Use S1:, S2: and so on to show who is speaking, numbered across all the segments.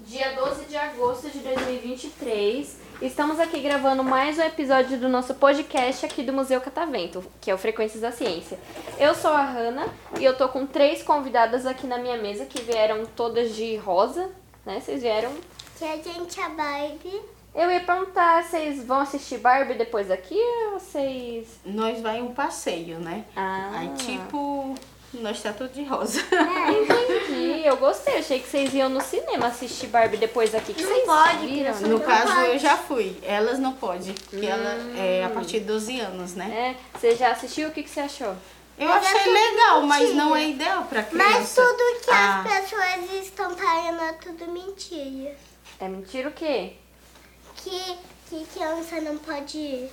S1: Dia 12 de agosto de 2023. Estamos aqui gravando mais um episódio do nosso podcast aqui do Museu Catavento, que é o Frequências da Ciência. Eu sou a Hanna e eu tô com três convidadas aqui na minha mesa que vieram todas de rosa, né? Vocês vieram.
S2: Que a gente é Barbie.
S1: Eu ia perguntar, vocês vão assistir Barbie depois daqui ou vocês.
S3: Nós vai um passeio, né?
S1: Ah.
S3: Aí tipo, nós tá tudo de rosa.
S2: É, Ah.
S1: Entendi, eu gostei. Achei que vocês iam no cinema assistir Barbie depois aqui. Que
S2: Não
S1: vocês
S2: pode,
S1: viram?
S2: criança.
S3: No
S2: Não
S3: caso,
S2: pode. Hum.
S3: eu já fui. Elas não podem, porque ela é a partir de 12 anos, né?
S1: É, você já assistiu? O que, que você achou?
S3: Eu
S2: Mas
S3: achei
S2: achei
S3: legal, mas
S2: bonitinho.
S3: não é ideal pra criança.
S2: Mas tudo que
S3: Ah.
S2: as pessoas estão falando é tudo mentira.
S1: É mentira o quê?
S2: Que, que criança não pode ir.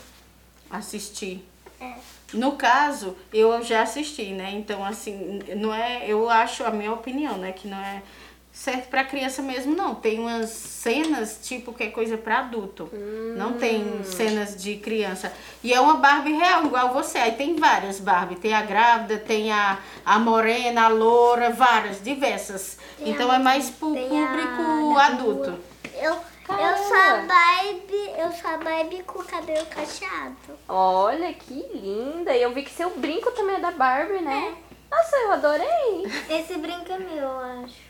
S3: Assistir.
S2: É.
S3: No caso, eu já assisti, né? Então, assim, não é. Eu acho, a minha opinião, né? Que não é certo pra criança mesmo, não. Tem umas cenas, tipo, que é coisa pra adulto.
S1: Hum.
S3: Não tem cenas de criança. E é uma Barbie real, igual você. Aí tem várias Barbie. Tem a grávida, tem a, a morena, a loura, várias, diversas. então é mais pro
S1: tem a
S3: público
S1: da
S3: adulto.
S2: Eu, eu sou a
S1: Caramba.
S2: Barbie, eu sou a Barbie com o cabelo cacheado.
S1: Olha que linda! E eu vi que seu brinco também é da Barbie, né? Nossa, eu adorei!
S2: Esse brinco é meu, eu acho.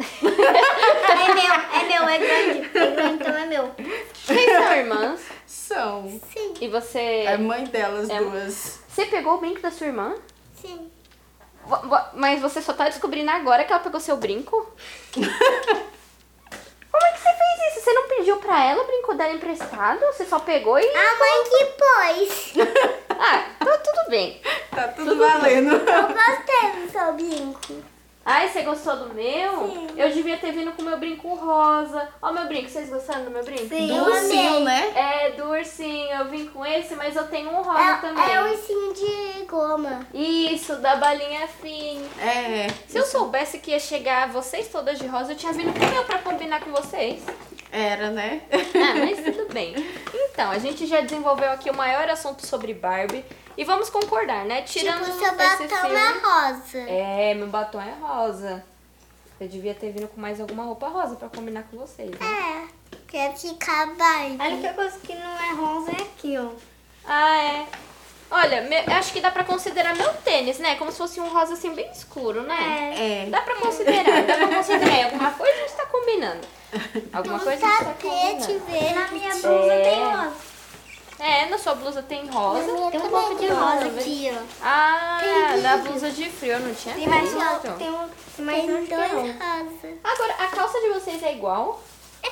S2: é meu, é meu, é grande. É grande, então é meu.
S1: Vocês são irmãs?
S3: São.
S2: Sim,
S1: E você.
S3: É mãe delas
S1: É-
S3: duas.
S1: Você pegou o brinco da sua irmã?
S2: sim.
S1: Vo- vo- Mas você só tá descobrindo agora que ela pegou seu brinco? Como é que você fez isso? Você não pediu pra ela o brinco dela emprestado? Você só pegou e.
S2: A mãe que pôs.
S1: Ah, tá tudo bem.
S3: Tá tudo valendo.
S2: Eu gostei do seu brinco.
S1: Ai, você gostou do meu?
S2: Sim.
S1: Eu devia ter vindo com o meu brinco rosa. Ó, meu brinco, vocês gostaram do meu brinco?
S2: Sim.
S3: Do
S2: Eu
S3: ursinho,
S2: amei.
S3: né?
S1: É, do ursinho, eu vim com esse, mas eu tenho um rosa também.
S2: É, é um ursinho de goma.
S1: Isso, da balinha fine.
S3: É,
S1: Se eu soubesse que ia chegar vocês todas de rosa, eu tinha vindo com o meu pra combinar com vocês.
S3: era, né?
S1: Ah, mas tudo bem. Então, a gente já desenvolveu aqui o maior assunto sobre Barbie. E vamos concordar, né? Tirando
S2: tipo, seu
S1: esse
S2: batom
S1: filme-
S2: é rosa.
S1: É, meu batom é rosa. Eu devia ter vindo com mais alguma roupa rosa pra combinar com vocês. né?
S2: É, quer ficar Barbie.
S4: A única coisa que não é rosa é aqui, ó.
S1: Ah, é. Olha, me- acho que dá pra considerar meu tênis, né? Como se fosse um rosa assim bem escuro, né?
S3: É.
S1: Dá pra considerar, dá pra considerar. Em Alguma coisa a gente tá combinando. Alguma coisa a gente tá
S2: um Tapete
S1: combinando.
S2: verde.
S4: Na minha
S2: tinha
S4: blusa
S1: É.
S4: tem rosa.
S1: É, na sua blusa tem rosa.
S4: Tem um
S2: também
S4: pouco de rosa
S2: rosa.
S4: aqui, ó.
S1: Ah, na blusa de frio, eu não tinha
S4: Tem mais,
S1: visto.
S4: uma- tem um, tem mais
S2: Tem
S4: um que é
S2: dois
S4: rosa.
S2: rosas.
S1: Agora, a calça de vocês é igual?
S2: É.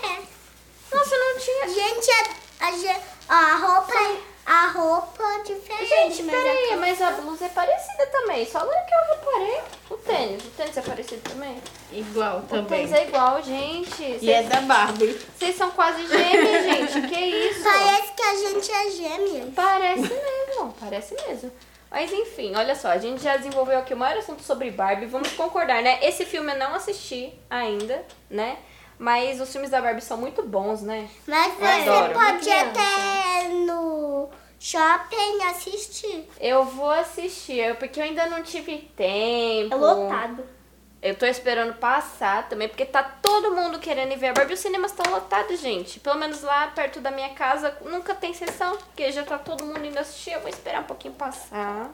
S1: Nossa, eu não tinha...
S2: Gente, é, a, a, gen- ó, a roupa é, a roupa é diferente.
S1: Gente,
S2: mas a
S1: peraí,
S2: calça-
S1: mas a blusa é parecida também. Só agora que eu reparei. O tênis, o tênis é parecido também?
S3: Igual
S1: O
S3: também.
S1: tênis é igual, gente.
S3: E é da Barbie.
S1: Vocês são quase gêmeos, gente. Que isso?
S2: Parece que a gente é gêmea.
S1: Parece mesmo, parece mesmo. Mas enfim, olha só, a gente já desenvolveu aqui o maior assunto sobre Barbie. Vamos concordar, né? Esse filme eu não assisti ainda, né? Mas os filmes da Barbie são muito bons, né?
S2: Mas você
S1: adoro.
S2: pode
S4: Criança.
S2: até no shopping assistir.
S1: Eu vou assistir, eu- porque eu ainda não tive tempo.
S4: É lotado.
S1: Eu tô esperando passar também, porque tá todo mundo querendo ir ver a Barbie. Os cinemas estão lotados, gente. Pelo menos lá perto da minha casa nunca tem sessão, porque já tá todo mundo indo assistir. Eu vou esperar um pouquinho passar.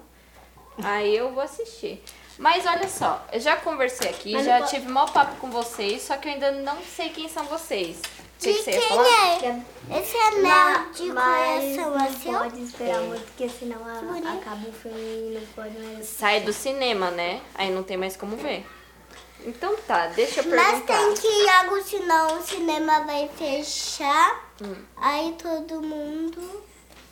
S1: Aí eu vou assistir. Mas olha só, eu já conversei aqui,
S4: Mas
S1: já
S4: não po-
S1: tive mau papo com vocês, só que eu ainda não sei quem são vocês. O que
S2: De
S1: que você ia
S2: quem
S1: falar?
S2: é? Esse anel de coração é
S4: não
S2: seu?
S4: pode esperar muito, porque senão a-
S2: Bonito.
S4: acaba o filme e não pode mais.
S1: Sai do cinema, né? Aí não tem mais como ver. Então tá, deixa eu
S2: Mas
S1: perguntar.
S2: tem que ir algo, senão o cinema vai fechar.
S1: Hum.
S2: Aí todo mundo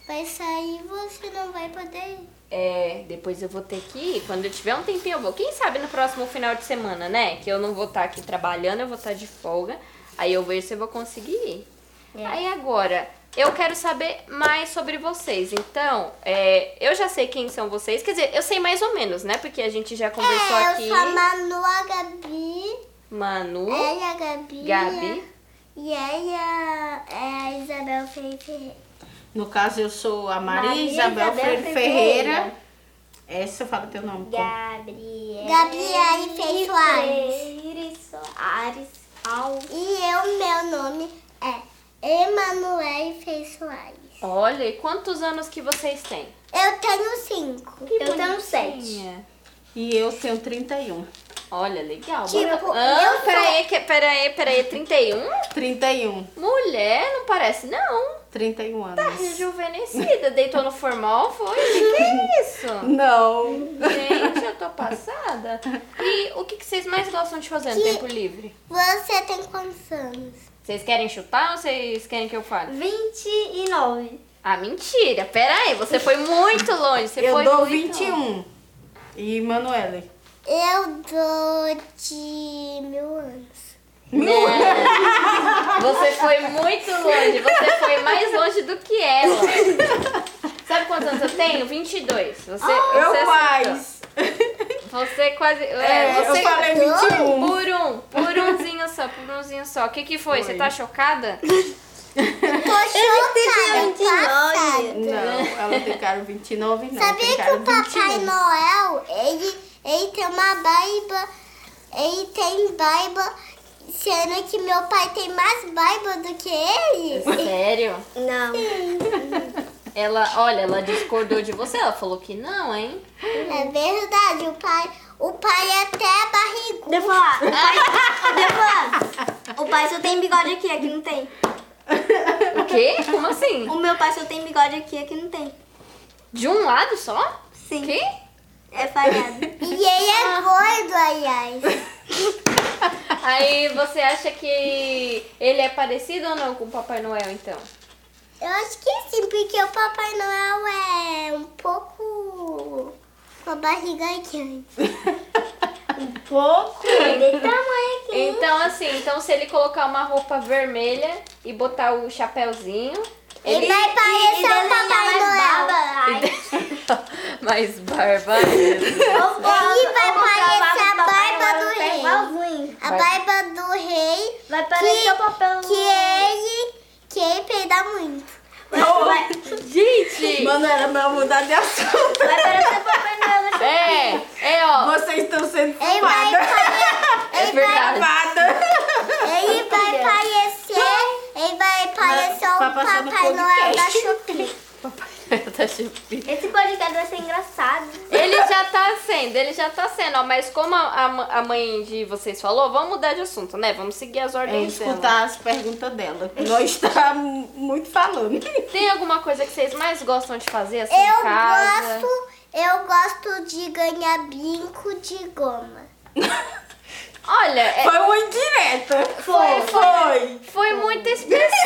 S2: vai sair e você não vai poder ir.
S1: É, depois eu vou ter que ir. Quando eu tiver um tempinho, eu vou. Quem sabe no próximo final de semana, né? Que eu não vou estar aqui trabalhando, eu vou estar de folga. Aí eu vejo se eu vou conseguir ir.
S2: É.
S1: Aí agora, eu quero saber mais sobre vocês. Então, é, eu já sei quem são vocês. Quer dizer, eu sei mais ou menos, né? Porque a gente já conversou
S2: é,
S1: aqui. Hum?
S2: eu sou a É Manu, a Gabi,
S1: Manu,
S2: ela é a Gabi,
S1: Gabi.
S2: e ela é Frei Ferreira.
S3: No caso, eu sou a Maria,
S4: Maria
S3: Isabel,
S4: Isabel
S3: Freire
S4: Ferreira.
S3: Ferreira. Essa fala teu nome. pô.
S4: Gabriel.
S2: Gabriele Fei Soares.
S4: Freire Soares Alves.
S2: E eu, meu nome é Emanuel Fei Soares.
S1: Olha, e quantos anos que vocês têm?
S2: Eu tenho cinco.
S4: Eu tenho sete.
S1: Tinha.
S3: E um. eu tenho 31.
S1: Olha, legal.
S2: Tipo,
S1: ah,
S2: eu sou-
S1: peraí, que- peraí, peraí, 31?
S3: 31.
S1: Mulher, não parece não.
S3: 31 anos.
S1: Rejuvenescida, deitou no formal, foi? Que que é isso?
S3: Não.
S1: Gente, eu tô passada. E o que, que vocês mais gostam de fazer no
S2: Que-
S1: tempo livre?
S2: Você tem quantos anos?
S1: Vocês querem chutar ou vocês querem que eu fale?
S4: 29.
S1: Ah, mentira. Peraí, você foi muito longe. Você
S3: eu
S1: foi
S3: dou
S1: muito
S3: 21. E Manuele?
S2: Eu dou de mil anos.
S1: Não. Você foi muito longe. Você foi mais longe do que ela. Sabe quantos anos eu tenho? 22. Você, você
S3: Ah, Eu
S1: acertou.
S3: mais.
S1: Você quase... É,
S3: É,
S1: você...
S3: eu falei 21.
S1: Por um. Por umzinho só. Por umzinho só. O que que foi?
S3: Foi.
S1: Você tá chocada?
S2: Tô chocada, passada.
S3: Não, ela tem cara 29, não.
S2: Sabia
S3: tem
S2: que
S3: cara
S2: o Papai
S3: 21.
S2: Noel, ele, ele tem uma baiba, ele tem baiba, sendo que meu pai tem mais baiba do que ele?
S1: Sério?
S4: Não.
S1: Ela, olha, ela discordou de você. Ela falou que não, hein?
S2: É verdade, o pai, o pai é até barrigudo.
S4: Devo falar. O pai, devo falar. O pai só tem bigode aqui, aqui não tem.
S3: um.
S1: O quê? Como assim?
S4: O meu pai só tem bigode aqui, aqui não tem.
S1: De um lado só?
S4: Sim.
S1: Que?
S4: É falhado.
S2: E ele é gordo, aliás.
S1: Aí você acha que ele é parecido ou não com o Papai Noel, então?
S2: Eu acho que sim, porque o Papai Noel é um pouco com a barriga grande.
S4: Pouco. Ele
S2: tá
S4: tamanho aqui.
S1: Então, assim, então se ele colocar uma roupa vermelha e botar o chapéuzinho,
S2: Ele,
S1: ele
S2: vai parecer o
S4: desenhar
S2: Papai
S4: é mais
S2: Noel.
S4: barba. Ai,
S1: mais barba.
S4: eu falo,
S2: Ele vai
S4: eu vou falar
S2: parecer a
S4: do Papai
S2: barba
S4: Noel,
S2: do
S4: tá
S2: rei.
S4: igualzinho.
S2: A
S1: Vai-
S2: barba do rei,
S4: Vai parecer o papel.
S2: que ele, que ele peida muito.
S4: Vai,
S1: Gente!
S3: Manuela, vamos mudar de assunto.
S4: vai parecer o Papai Noel. da-
S1: É, é, ó.
S3: Vocês estão sendo
S2: Ele vai,
S3: fumada.
S1: É
S3: tá-
S1: verdade.
S3: Fumada.
S2: ele vai parecer, ele vai parecer o
S3: vai passar no
S2: Papai Noel da
S3: podcast.
S2: Chupi.
S1: Tá chupinho.
S4: Esse podcast vai ser engraçado.
S1: Ele já tá sendo, ele já tá sendo, ó, mas como a, a ma- a mãe de vocês falou, vamos mudar de assunto, né? Vamos seguir as
S3: É
S1: ordens dela.
S3: escutar as perguntas dela. Nós estamos muito falando.
S1: Tem alguma coisa que vocês mais gostam de fazer assim em
S2: Eu
S1: casa?
S2: gosto, eu gosto de ganhar brinco de goma.
S1: Olha, é-
S3: Foi uma indireta.
S1: Foi,
S3: foi.
S1: foi muito específico,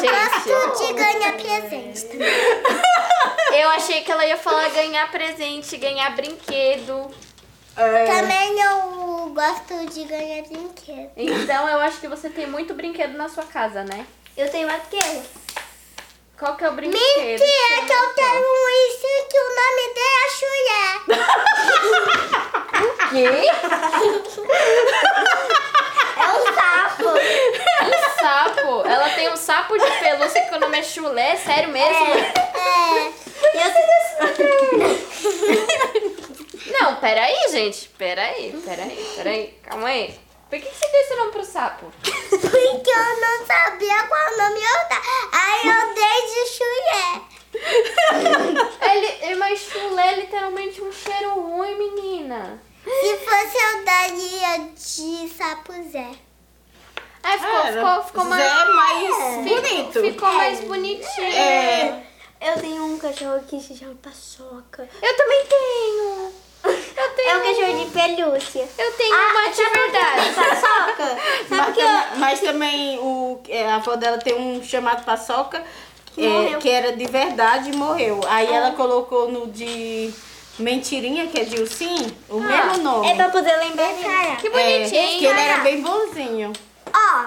S1: gente.
S2: Gosto de ganhar presente.
S1: Eu achei que ela ia falar ganhar presente, ganhar brinquedo.
S3: É,
S2: Também eu gosto de ganhar brinquedo.
S1: Então eu acho que você tem muito brinquedo na sua casa, né?
S4: Eu tenho mais que ele.
S1: Qual que é o brinquedo?
S2: Mentira, que eu tenho um isso que o nome dele é Chulé.
S1: Quê?
S4: É um sapo.
S1: Um sapo. Ela tem um sapo de pelúcia que o nome é chulé, sério mesmo?
S2: É,
S1: Não, peraí, gente. Peraí, peraí, peraí. Calma aí. Por que, que você deu esse nome pro sapo?
S2: porque eu não sabia qual nome eu dar. Aí eu dei de Chulé.
S1: Ele, mas chulé é literalmente um cheiro ruim, menina.
S2: Se fosse eu daria de sapo Zé.
S1: Aí É, ficou,
S3: Ah, Era
S1: ficou, ficou mais...
S3: Zé É. mais
S1: ficou-
S3: bonito.
S1: Ficou mais bonitinho.
S3: É.
S4: Eu tenho um cachorro que se chama Paçoca.
S1: Eu também tenho. Eu tenho.
S4: É um cachorro de pelúcia.
S1: Ah, Eu tenho uma de verdade.
S4: Paçoca. Sabe
S3: Mas,
S4: que eu...
S3: também, mas também o, é, a avó dela tem um chamado paçoca é,
S4: Morreu. É.
S3: que era de verdade e morreu. Aí ela colocou no de mentirinha, que é de ursinho, o mesmo nome.
S4: É né? pra poder lembrar
S2: Cara,
S1: Que
S3: É,
S1: bonitinho.
S3: que ele era bem bonzinho.
S2: ó,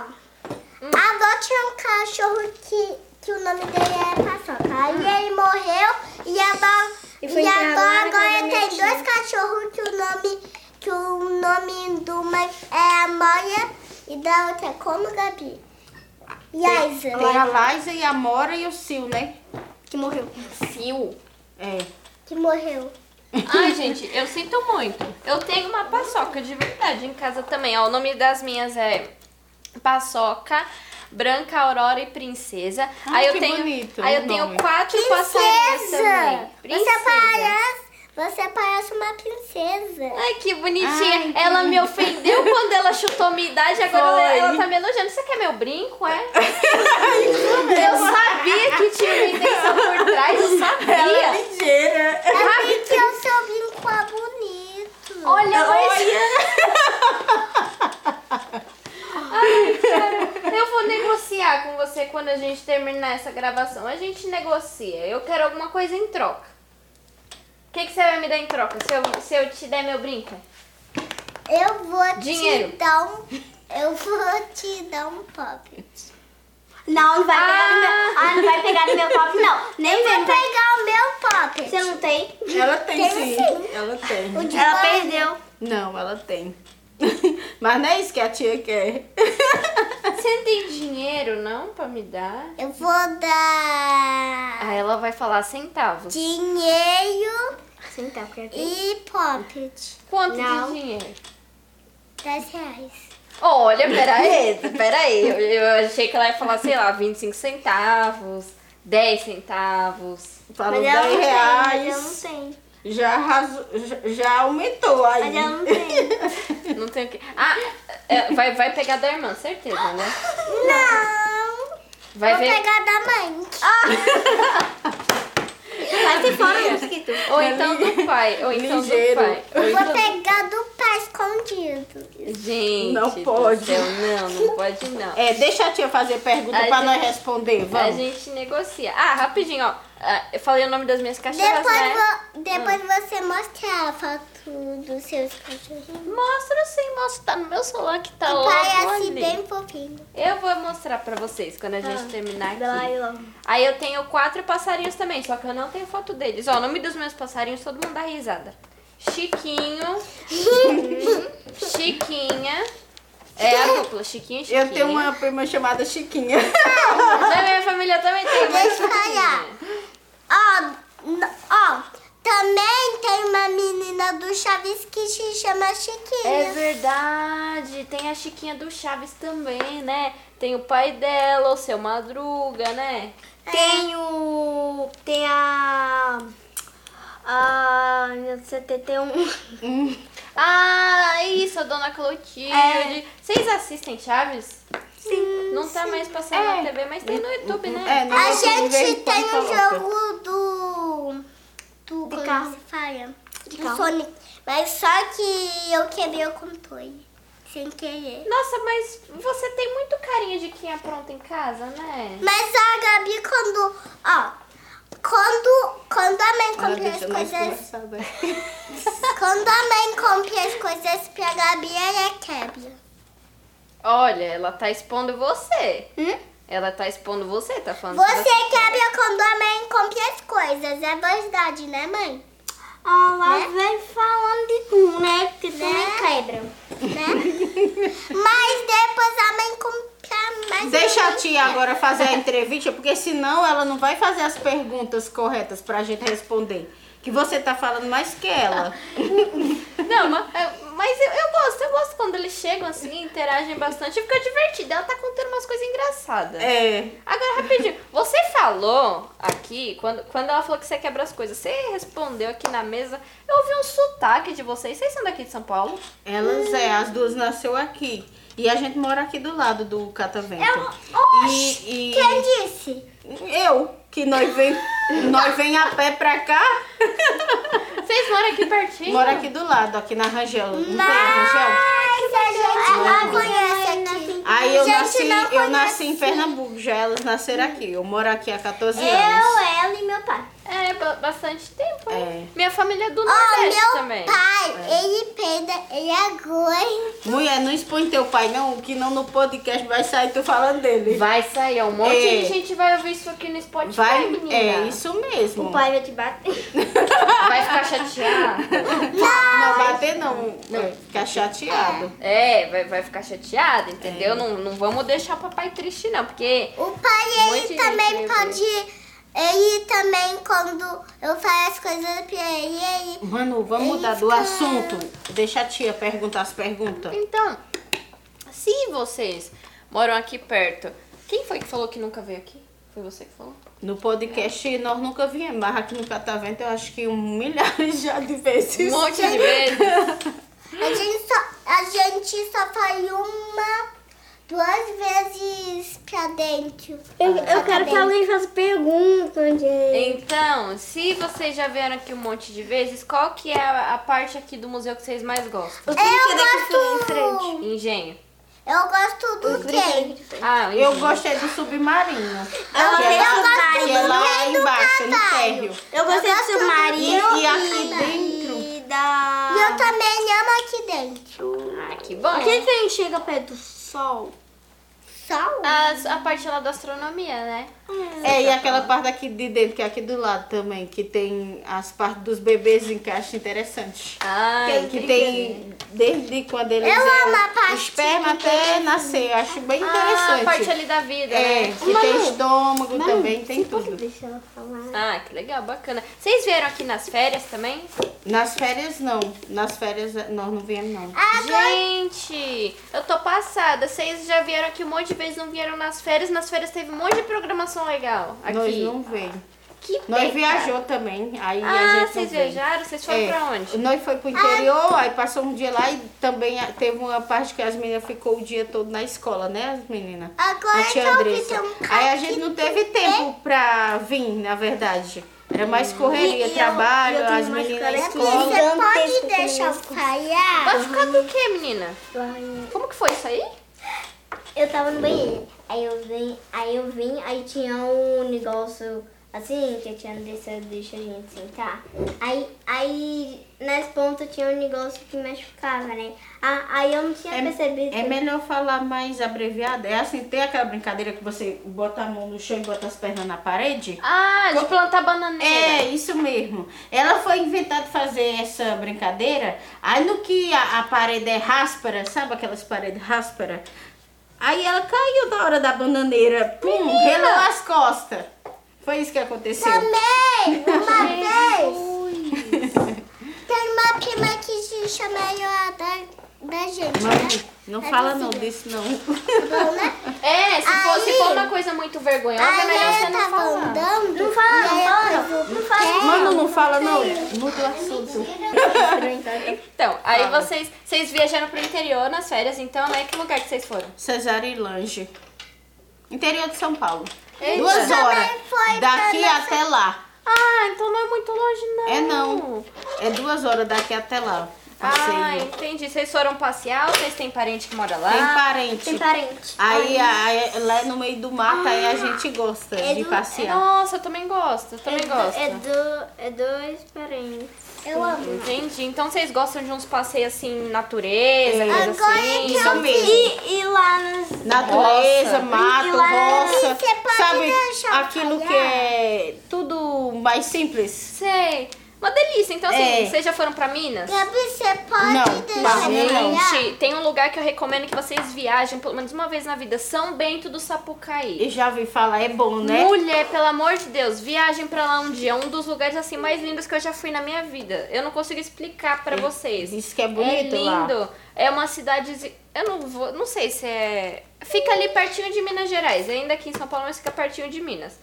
S2: agora tinha um cachorro que... Que o nome dele é Paçoca. Aí ele morreu e agora,
S4: Ah. E
S2: e
S4: foi enterrado lá
S2: agora,
S4: na casa da
S2: agora
S4: minha
S2: tem
S4: tia.
S2: dois cachorros que o nome, que o nome de uma é Amória e da outra é como Gabi. E a Isa?
S3: Tem a Liza e a Mora e o Sil, né?
S4: Que morreu.
S1: Sil.
S3: É.
S2: Que morreu.
S1: Ai, gente, eu sinto muito. Eu tenho uma paçoca de verdade em casa também. Ó, o nome das minhas é Paçoca, Branca Aurora e Princesa.
S3: Ai,
S1: aí eu
S3: que
S1: tenho,
S3: bonito
S1: aí
S3: o
S1: eu tenho
S3: nome.
S1: quatro passarinhos também.
S2: Você parece, você parece uma princesa.
S1: Ai, que bonitinha.
S3: Ai, que
S1: ela me ofendeu quando ela chutou minha idade, agora
S3: Foi.
S1: ela tá me elogiando. Você quer meu brinco, é? eu sabia que tinha uma intenção por trás, eu
S4: Ela
S1: sabia.
S4: é ligeira.
S2: Sabe que eu sou brinco é bonito.
S1: Ah, Olha, mas... Ai, cara, eu vou negociar com você quando a gente terminar essa gravação. A gente negocia. Eu quero alguma coisa em troca. O que, que você vai me dar em troca se eu, se eu te der meu brinco?
S2: Eu vou
S1: Dinheiro.
S2: te dar um. Eu vou te dar um pop.
S4: Não, não vai pegar do meu. Ah, não vai pegar do meu pop, não. Nem
S2: Vou
S4: vem. tá?
S2: pegar o meu pop.
S4: Você não é? tem?
S3: Ela
S4: é
S3: tem
S2: Tem
S3: sim.
S2: sim.
S3: Ela tem.
S2: O de
S4: Ela
S2: banho.
S4: perdeu.
S3: Não, ela tem. Mas não é isso que a tia quer.
S1: Você não tem dinheiro não pra me dar?
S2: Eu vou dar
S1: Aí ela vai falar centavos.
S2: dinheiro
S4: Sim, tá, porque eu tenho.
S2: e pocket.
S1: Quanto
S4: Não.
S1: de dinheiro?
S2: 10 reais.
S1: Olha, peraí, peraí. Eu, eu achei que ela ia falar, sei lá, 25 centavos, 10 centavos.
S3: Falou 10
S4: Mas ela não tem, então. mas ela não
S3: reais.
S4: tem.
S3: Já, arrasou, já- já aumentou aí.
S4: Mas ela não tem.
S1: Não tem o que. Ah, é, vai, vai pegar da irmã, certeza, né?
S2: Não!
S1: Vai
S2: vou
S1: ver.
S2: pegar da mãe.
S4: Ah, Vai se fora, mosquito.
S1: Ou então do pai. Ou então
S3: Ligeiro.
S1: do pai. Ou
S2: vou
S1: então...
S2: pegar do pai escondido.
S1: Gente,
S3: Não
S1: do
S3: pode.
S1: céu, não, não pode não.
S3: É, deixa a tia fazer pergunta
S1: A
S3: pra nós
S1: gente-
S3: responder,
S1: A
S3: vamos.
S1: gente negocia. Ah, rapidinho, ó. Ah, Eu falei o nome das minhas cachorras,
S2: Depois,
S1: né?
S2: vou- depois você mostra a foto dos seus cachorrinhos.
S1: Mostra sim, mostra. Tá no meu celular que tá
S2: Que
S1: logo
S4: é
S2: parece
S1: ali.
S2: é assim,
S4: assim,
S2: bem fofinho.
S1: Eu vou mostrar pra vocês quando a gente terminar aqui.
S4: Vai logo.
S1: Aí eu tenho quatro passarinhos também, só que eu não tenho foto deles. Ó, o nome dos meus passarinhos, todo mundo dá risada. Chiquinho. Chiquinha. É a dupla, Chiquinho e Chiquinha.
S3: Eu tenho uma prima chamada Chiquinha.
S1: Da minha família também tem uma
S2: Deixa eu
S1: Chiquinha.
S2: falar. Ó, n- ó, também tem uma menina do Chaves que se chama
S1: É
S2: Chiquinha.
S1: verdade, tem a Chiquinha do Chaves também, né? Tem o pai dela, o seu Madruga, né?
S4: Tem o. Tem a. A. Você tem, tem um.
S1: Ah, isso, a Dona Clotilde.
S4: É.
S1: Vocês assistem Chaves?
S4: Sim.
S1: Não tá mais passando na TV, mas tem no YouTube, né?
S3: É, não
S2: A
S3: é que de vez
S2: gente
S3: em quando
S2: tem o
S3: coloca.
S2: jogo do. Do.
S4: De
S2: como
S4: carro.
S2: se fala? Do
S4: carro.
S2: Sonic. Mas só que eu quebrei o controle. Sem querer.
S1: Nossa, mas você tem muito carinho de quem apronta em casa, né?
S2: Mas a Gabi, quando. Ó. Quando, quando a mãe
S3: Ela
S2: compra as
S3: deixa nós
S2: coisas.
S3: conversar, né?
S2: Quando a mãe compra as coisas pra Gabi, ela é quebra.
S1: Olha, ela tá expondo você. Ela tá expondo você, tá falando que
S2: Você quebra quando a mãe compra as coisas. É verdade, né, mãe?
S4: Ah, lá vem falando de tu, né? Que tu
S2: Né?
S4: me quebra.
S2: Né? Mas depois a mãe compra mais.
S3: Deixa a
S2: coisas.
S3: tia agora fazer a entrevista, porque senão ela não vai fazer as perguntas corretas pra gente responder. Que você tá falando mais que ela.
S1: Não, ma- é, mas eu, eu gosto, eu gosto quando eles chegam assim, interagem bastante, fica divertido. Ela tá contando umas coisas engraçadas.
S3: É.
S1: Agora, rapidinho, você falou aqui, quando, quando ela falou que você quebra as coisas, você respondeu aqui na mesa. Eu ouvi um sotaque de vocês. Vocês são daqui de São Paulo?
S3: Elas é, as duas nasceu aqui. E a gente mora aqui do lado do Catavento. e, e-
S2: Quem disse?
S3: eu, que nós vem, nós vem a pé pra cá,
S1: Vocês moram aqui pertinho?
S3: mora aqui do lado, aqui na Rangel. Não tem a Rangel?
S2: Mas a gente não conhece aqui.
S3: Aí eu
S2: Gente,
S3: nasci,
S2: não
S3: eu
S2: conhece.
S3: nasci em Pernambuco, já elas nasceram aqui. Eu moro aqui há 14
S4: Eu,
S3: anos.
S4: ela e meu pai.
S1: É, ba- bastante tempo. né?
S3: É.
S1: Minha família é do
S2: Ó,
S1: Nordeste
S2: meu
S1: também.
S2: pai, ele peida, ele é agora.
S3: Mulher, não expõe teu pai, não, que não no podcast vai sair tu falando dele.
S1: Vai sair, um monte
S3: É.
S1: de gente vai ouvir isso aqui no Spotify,
S3: Vai,
S1: menina.
S3: é isso mesmo.
S4: O pai vai te bater.
S1: Vai ficar chateado.
S3: Não bater não, não, ficar chateado.
S1: É, vai, vai ficar chateado, entendeu? Não, não vamos deixar o papai triste, não, porque.
S2: O pai,
S1: Um monte
S2: ele
S1: de
S2: também
S1: gente, né,
S2: pode. Ele também, quando eu falo as coisas pra ele, ele.
S3: Manu, vamos mudar do assunto. Deixa a tia perguntar as perguntas.
S1: Então, se vocês moram aqui perto, quem foi que falou que nunca veio aqui? Foi você que falou?
S3: No podcast nós nunca viemos, mas aqui no Catavento eu acho que um milhares já de vezes.
S1: Um monte de vezes.
S2: A gente só, a gente só foi uma, duas vezes pra dentro.
S4: Eu,
S2: Pra
S4: eu quero que
S2: dentro.
S4: alguém faça pergunta, gente.
S1: Então, se vocês já vieram aqui um monte de vezes, qual que é a, a parte aqui do museu que vocês mais gostam?
S4: Os brinquedos aqui em frente.
S1: Engenho.
S2: Eu gosto
S4: Os
S2: do
S4: brinquedos
S2: trem.
S4: aqui em frente.
S1: Ah, o engenho.
S3: Eu gostei do submarino.
S1: Ah,
S4: Eu
S3: que
S4: gostei
S3: é
S4: do
S3: lá, que é
S4: submarino.
S3: lá embaixo, no térreo.
S4: Eu gostei do
S2: gosto do
S4: submarino
S3: E- e aqui
S4: e
S2: E eu
S4: da...
S2: também amo aqui dentro.
S1: Ah, que bom.
S4: Por que que a gente chega perto do sol? um?
S2: Sol?
S1: As- a parte lá da astronomia, né?
S3: É, e aquela parte aqui de dentro, que é aqui do lado também, que tem as partes dos bebês em caixa interessante.
S1: Ah,
S3: Que, que tem desde quando eles
S2: Eu amo a
S3: eram
S2: parte
S3: esperma até nascer. Eu acho bem
S1: Ah, a parte
S3: interessante.
S1: ali da vida,
S3: é,
S1: né?
S3: que tem estômago também, tem
S4: Pode
S3: tudo.
S4: deixar ela falar.
S1: Ah, que legal, bacana. Vocês vieram aqui nas férias também?
S3: Nas férias não. Nas férias nós não viemos não.
S1: Gente, eu tô passada. Vocês já vieram aqui um monte de vezes, não vieram nas férias. Nas férias teve um monte de programação legal aqui.
S3: Nós não vem.
S1: Que pena.
S3: Nós viajou também, aí a
S1: Ah,
S3: gente
S1: vocês
S3: não vem.
S1: viajaram? Vocês foram
S3: É,
S1: pra onde?
S3: Nós foi pro interior, aí passou um dia lá e também a- teve uma parte que as meninas ficou o dia todo na escola, né, as meninas?
S2: Agora
S3: a tia
S2: que eu
S3: Andressa.
S2: fiz um
S3: Aí a gente não teve tempo pra vir, na verdade. Era mais correria,
S4: E- e eu-
S3: trabalho,
S4: e eu tenho
S3: as
S4: mais
S3: meninas na
S4: colega-
S3: escola.
S2: Você
S4: Gigantesco
S2: pode deixar
S4: também.
S2: falhar?
S1: Vai ficar do que, menina? Como que foi isso aí?
S4: Eu tava no banheiro. Aí eu vim, aí eu vim, aí tinha um negócio assim, que a tia Andressa deixa a gente sentar. Aí, aí nas pontas tinha um negócio que machucava, né? Ah, aí eu não tinha percebido.
S3: É, é melhor falar mais abreviado. É assim, tem aquela brincadeira que você bota a mão no chão e bota as pernas na parede?
S1: Ah, de plantar bananeira.
S3: É, isso mesmo. Ela foi inventada fazer essa brincadeira. Aí no que a, a parede é ráspera, sabe aquelas paredes ráspera? Aí ela caiu na hora da bananeira. Pum, relou as costas. Foi isso que aconteceu.
S2: Tá Também, uma vez. Tem uma prima que se chama Yoa da, da gente,
S3: Mãe,
S2: né?
S3: não
S2: É
S3: fala
S2: possível.
S3: não disso não.
S2: Bom, né?
S1: É, se, for, se
S2: Aí-
S1: for uma coisa muito vergonhosa, é
S2: Aí
S1: melhor
S2: ela
S1: você não
S2: tava
S1: falar.
S2: andando.
S4: Não fala,
S2: e
S4: não
S2: aí eu
S4: fala,
S2: fiz o
S4: não fala.
S2: pé.
S3: Mano, não fala não. Muda o assunto.
S1: Então, aí vocês, vocês viajaram pro interior nas férias, então, né? Que lugar que vocês foram?
S3: Cesar e Lange. Interior de São Paulo.
S1: Eita.
S3: Duas
S1: Também
S3: horas.
S2: foi pra
S3: Daqui
S2: nossa-
S3: até lá.
S1: Ah, então não é muito longe, não.
S3: É
S1: Hum.
S3: não. É duas horas daqui até lá. a
S1: Ah,
S3: ceia.
S1: entendi. Vocês foram passear ou vocês têm parente que mora lá?
S3: Tem parente.
S4: Tem parente.
S3: Aí, aí, lá é no meio do mato, aí a gente gosta de
S4: do-
S3: passear.
S1: Nossa, eu também gosto, eu também gosto.
S4: É, do, é dois parentes.
S2: Eu amo.
S1: Entendi. Então vocês gostam de uns passeios assim, natureza,
S3: É.
S1: coisa
S2: Agora
S1: assim?
S2: que
S3: Isso mesmo.
S4: E, e lá nas.
S3: Natureza,
S1: Roça.
S3: mato,
S4: E lá-
S3: roça.
S2: E você pode
S3: Sabe,
S2: deixar
S3: aquilo
S2: falhar?
S3: que é tudo mais simples.
S1: Sei. Uma delícia. Então, assim,
S3: É.
S1: vocês já foram pra Minas?
S2: Gabi, você pode
S3: Não,
S2: deixar
S3: não, não.
S2: falhar?
S1: Gente, tem um lugar que eu recomendo que vocês viajem pelo menos uma vez na vida. São Bento do Sapucaí.
S3: E já vi falar, é bom, né?
S1: Mulher, pelo amor de Deus, viagem pra lá um dia. Um dos lugares, assim, mais lindos que eu já fui na minha vida. Eu não consigo explicar pra vocês.
S3: Diz que é bonito
S1: É
S3: lá.
S1: lindo. É uma cidade. Eu não vou. Não sei se é. Fica ali pertinho de Minas Gerais. Ainda aqui em São Paulo, mas fica pertinho de Minas.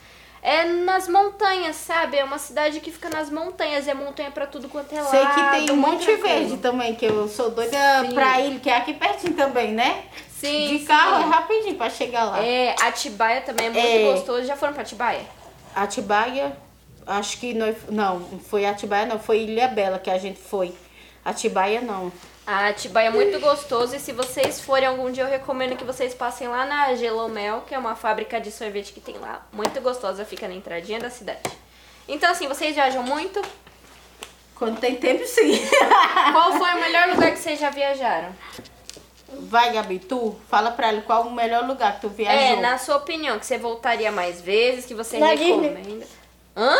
S1: É nas montanhas, sabe? É uma cidade que fica nas montanhas. É montanha pra tudo quanto é lado.
S3: Sei que tem um
S1: muito
S3: Monte
S1: tranquilo.
S3: Verde também, que eu sou doida
S1: Sim.
S3: pra ele, que é aqui pertinho também, né?
S1: Sim.
S3: de carro
S1: sim.
S3: é rapidinho pra chegar lá.
S1: É, Atibaia também é muito
S3: É.
S1: gostoso. Já foram pra Atibaia?
S3: Atibaia, acho que nós, não, foi Atibaia não, foi Ilha Bela que a gente foi. Atibaia não.
S1: A Atibaia é muito gostoso e se vocês forem algum dia, eu recomendo que vocês passem lá na Gelomel, que é uma fábrica de sorvete que tem lá. Muito gostosa, fica na entradinha da cidade. Então, assim, vocês viajam muito?
S3: Quando tem tempo, sim.
S1: Qual foi o melhor lugar que vocês já viajaram?
S3: Vai, Gabi, tu fala pra ele qual o melhor lugar que tu
S1: É,
S3: viajou.
S1: na sua opinião, que você voltaria mais vezes, que você
S4: Na
S1: recomenda. Hã?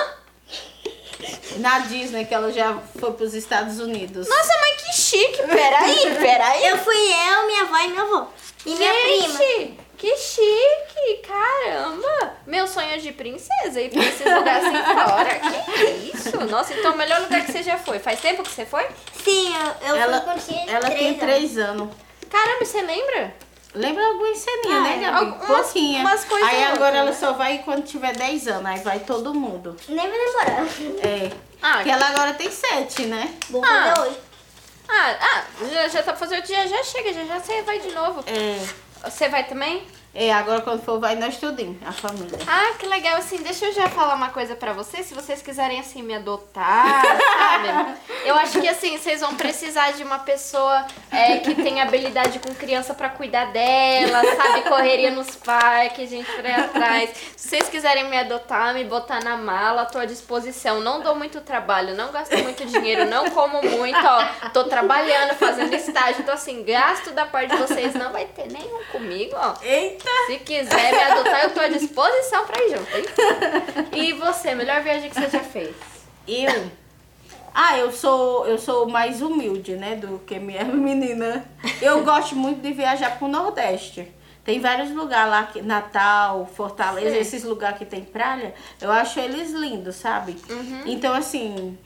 S3: na Disney, que ela já foi pros Estados Unidos.
S1: Nossa, mas que chique. Peraí, peraí.
S4: Eu fui eu, minha avó e meu avô. E minha prima.
S1: Gente, que chique, caramba. Meu sonho é de princesa e princesa lugar assim fora. Que isso? Nossa, então o melhor lugar que você já foi. Faz tempo que você foi?
S4: Sim, eu, eu
S3: Ela,
S4: fui quando tinha
S3: ela
S4: três
S3: tem
S4: anos.
S3: três anos.
S1: Caramba, você lembra?
S3: Lembra algumas ceninhas, né, Gabi?
S1: Ah, é, algumas-
S3: Pouquinha.
S1: umas coisas
S3: aí
S1: outras,
S3: agora ela
S1: né?
S3: só vai quando tiver 10 anos, aí vai todo mundo.
S4: Nem vai demorar.
S3: É.
S1: Ah,
S3: Porque ela agora tem 7, né?
S4: Vou
S1: Ah.
S4: fazer hoje.
S1: ah, ah, já, já tá fazendo, já, já chega, já, já você vai de novo.
S3: É.
S1: Você vai também?
S3: É, agora quando for vai nós tudinho, a família.
S1: Ah, que legal, assim, deixa eu já falar uma coisa pra vocês, se vocês quiserem, assim, me adotar, sabe? Eu acho que, assim, vocês vão precisar de uma pessoa é, que tenha habilidade com criança pra cuidar dela, sabe? Correria nos parques, gente, pra ir atrás. Se vocês quiserem me adotar, me botar na mala, tô à disposição. Não dou muito trabalho, não gasto muito dinheiro, não como muito, ó. Tô trabalhando, fazendo estágio, então, assim, gasto da parte de vocês não vai ter nenhum comigo, ó.
S3: Eita!
S1: Se quiser me adotar, eu tô à disposição pra ir junto, hein? E você, melhor viagem que você já fez?
S3: Eu. Ah, eu sou, eu sou mais humilde, né, do que minha menina. Eu gosto muito de viajar pro Nordeste. Tem vários lugares lá, que, Natal, Fortaleza,
S1: Sei.
S3: esses lugares que tem praia, eu acho eles lindos, sabe?
S1: Uhum.
S3: Então, assim,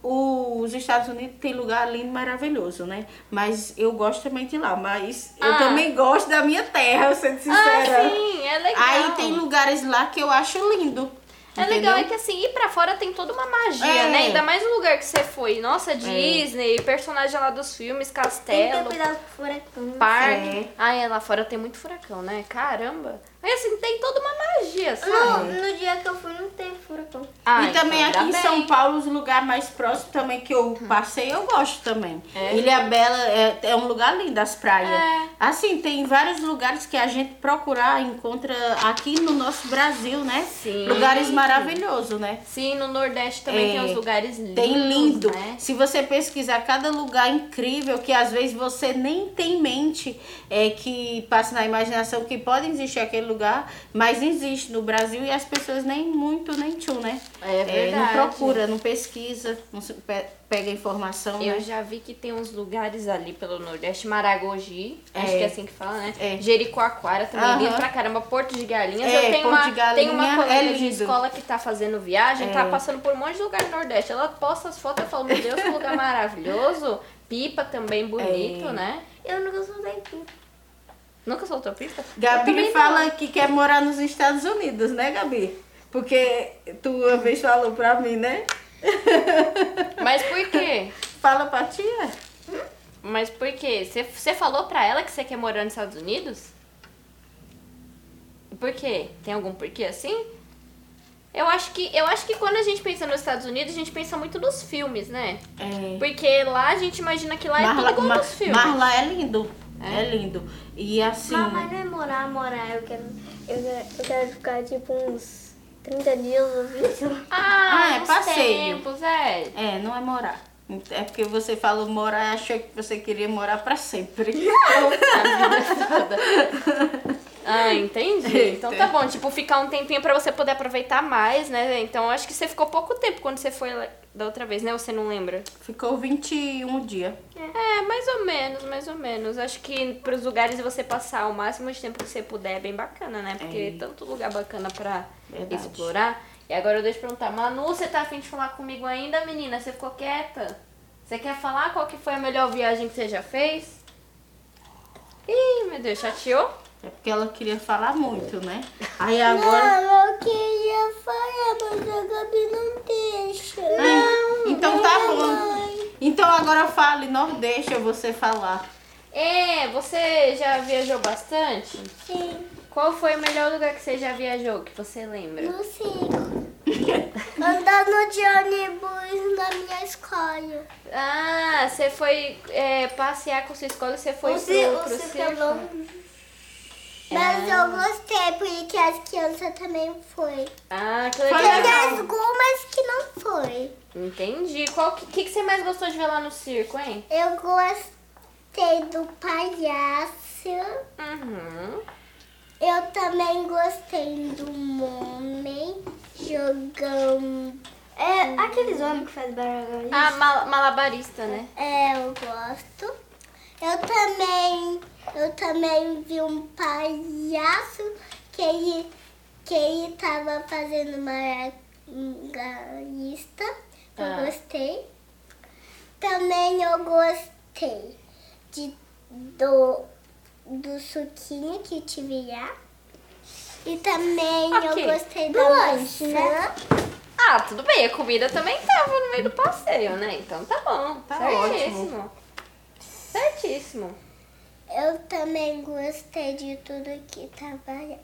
S3: os Estados Unidos tem lugar lindo, maravilhoso, né? Mas eu gosto também de lá, mas eu
S1: Ah.
S3: também gosto da minha terra, sendo
S1: Ah,
S3: sincera.
S1: sim, é legal.
S3: Aí tem lugares lá que eu acho lindo.
S1: É legal, é
S3: entendeu?
S1: que assim, ir pra fora tem toda uma magia,
S3: É.
S1: né? Ainda mais no lugar que você foi. Nossa, Disney, personagem lá dos filmes,
S4: Tem que é ter
S1: castelo,
S4: cuidado com o furacão.
S1: parque.
S3: É.
S1: Ai, lá fora tem muito furacão, né? Caramba. Mas assim, tem toda uma
S3: Ah,
S1: magia, sabe?
S4: No, no dia que eu fui, não teve furacão.
S1: Ah,
S3: e também
S1: então,
S3: aqui em
S1: ainda
S3: São
S1: bem. Hum.
S3: Paulo, os lugares mais próximos também que eu passei, eu gosto também.
S1: É?
S3: Ilha Bela é, é um lugar lindo, as praias.
S1: É.
S3: Assim, tem vários lugares que a gente procurar, encontra aqui no nosso Brasil, né?
S1: Sim.
S3: Lugares maravilhosos, né?
S1: Sim, no Nordeste também
S3: É.
S1: tem uns lugares lindos.
S3: Tem lindo.
S1: Né?
S3: Se você pesquisar cada lugar incrível que às vezes você nem tem em mente, é que passa na imaginação que pode existir aquele lugar, mas existe no Brasil e as pessoas nem muito nem tchum, né?
S1: É verdade.
S3: não procura, não pesquisa, não se pe- pega informação,
S1: Eu
S3: né?
S1: já vi que tem uns lugares ali pelo Nordeste, Maragogi, acho
S3: É.
S1: que é assim que fala, né?
S3: É.
S1: Jericoacoara também,
S3: Aham.
S1: lindo pra caramba, Porto de Galinhas.
S3: É,
S1: Eu tenho
S3: Porto
S1: uma,
S3: de Galinha
S1: tenho uma colega
S3: é
S1: de
S3: lindo. É.
S1: escola que tá fazendo viagem, tá passando por um monte de lugar no Nordeste. Ela posta as fotos e fala, meu Deus, que lugar maravilhoso. Pipa também bonito,
S3: É.
S1: né?
S4: Eu nunca soltei pipa.
S1: Nunca soltou pipa? Eu também
S3: Gabi
S1: não.
S3: fala que quer morar nos Estados Unidos, né, Gabi? Porque tu uma vez falou pra mim, né?
S1: Mas por quê?
S3: Fala pra é. tia.
S1: Mas por quê? Você- Você falou pra ela que você quer morar nos Estados Unidos? Por quê? Tem algum porquê assim? Eu acho que eu acho que quando a gente pensa nos Estados Unidos, a gente pensa muito nos filmes, né?
S3: É.
S1: Porque lá a gente imagina que lá é tudo
S3: Marla,
S1: igual
S3: Ma-
S1: nos filmes.
S3: Marla é lindo. É. lindo. E assim.
S4: Mas não é morar, morar. Eu quero, eu quero, eu quero ficar tipo uns 30 dias ou 20 lá.
S1: Ah,
S3: Ah, é
S1: uns
S3: passeio.
S1: tempos, é.
S3: É, não é morar. É porque você falou morar, achou que você queria morar pra sempre.
S1: Ah, entendi. Então tá bom, tipo, ficar um tempinho pra você poder aproveitar mais, né? Então eu acho que você ficou pouco tempo quando você foi lá da outra vez, né? Ou Você não lembra?
S3: Ficou 21 dias.
S1: É, mais ou menos, mais ou menos. Acho que pros lugares você passar o máximo de tempo que você puder é bem bacana, né? Porque
S3: É.
S1: tem tanto lugar bacana pra
S3: Verdade.
S1: explorar. E agora eu deixo perguntar, Manu, você tá afim de falar comigo ainda, menina? Você ficou quieta? Você quer falar qual que foi a melhor viagem que você já fez? Ih, meu Deus, chateou?
S3: É porque ela queria falar muito, né? Aí agora.
S2: Não, eu queria falar, mas a Gabi não deixa.
S3: É, então tá bom. Então agora fale, não deixa você falar.
S1: É, você já viajou bastante?
S2: Sim,
S1: Qual foi o melhor lugar que você já viajou, que você lembra?
S2: não sei. Andando de ônibus na minha escola.
S1: Ah, você foi é, passear com sua escola e você foi
S2: Ou se-
S1: pro,
S2: ou
S1: pro
S2: se
S1: circo?
S2: Mas eu
S1: É.
S2: gostei, porque as crianças também foi.
S1: Ah, que
S3: Foi
S1: legal.
S2: Teve
S3: legal.
S2: algumas que não foi.
S1: Entendi. Qual que, que, que você mais gostou de ver lá no circo, hein?
S2: Eu gostei do palhaço.
S1: Uhum.
S2: Eu também gostei do homem jogando
S4: É aqueles homens que fazem barulho.
S1: Ah, mal- malabarista, né?
S2: É, eu gosto. Eu também, eu também vi um palhaço que ele, que ele tava fazendo uma lista. Eu
S1: Ah.
S2: gostei. Também eu gostei de, do, do suquinho que te virar. E também
S1: Ah, Ok.
S2: eu gostei
S4: Do
S2: da
S4: lanche,
S2: maçã.
S4: né?
S1: Ah, tudo bem, a comida também tava no meio do passeio, né? Então tá bom.
S3: Tá
S1: Certíssimo. Certíssimo.
S2: Eu também gostei de tudo que tava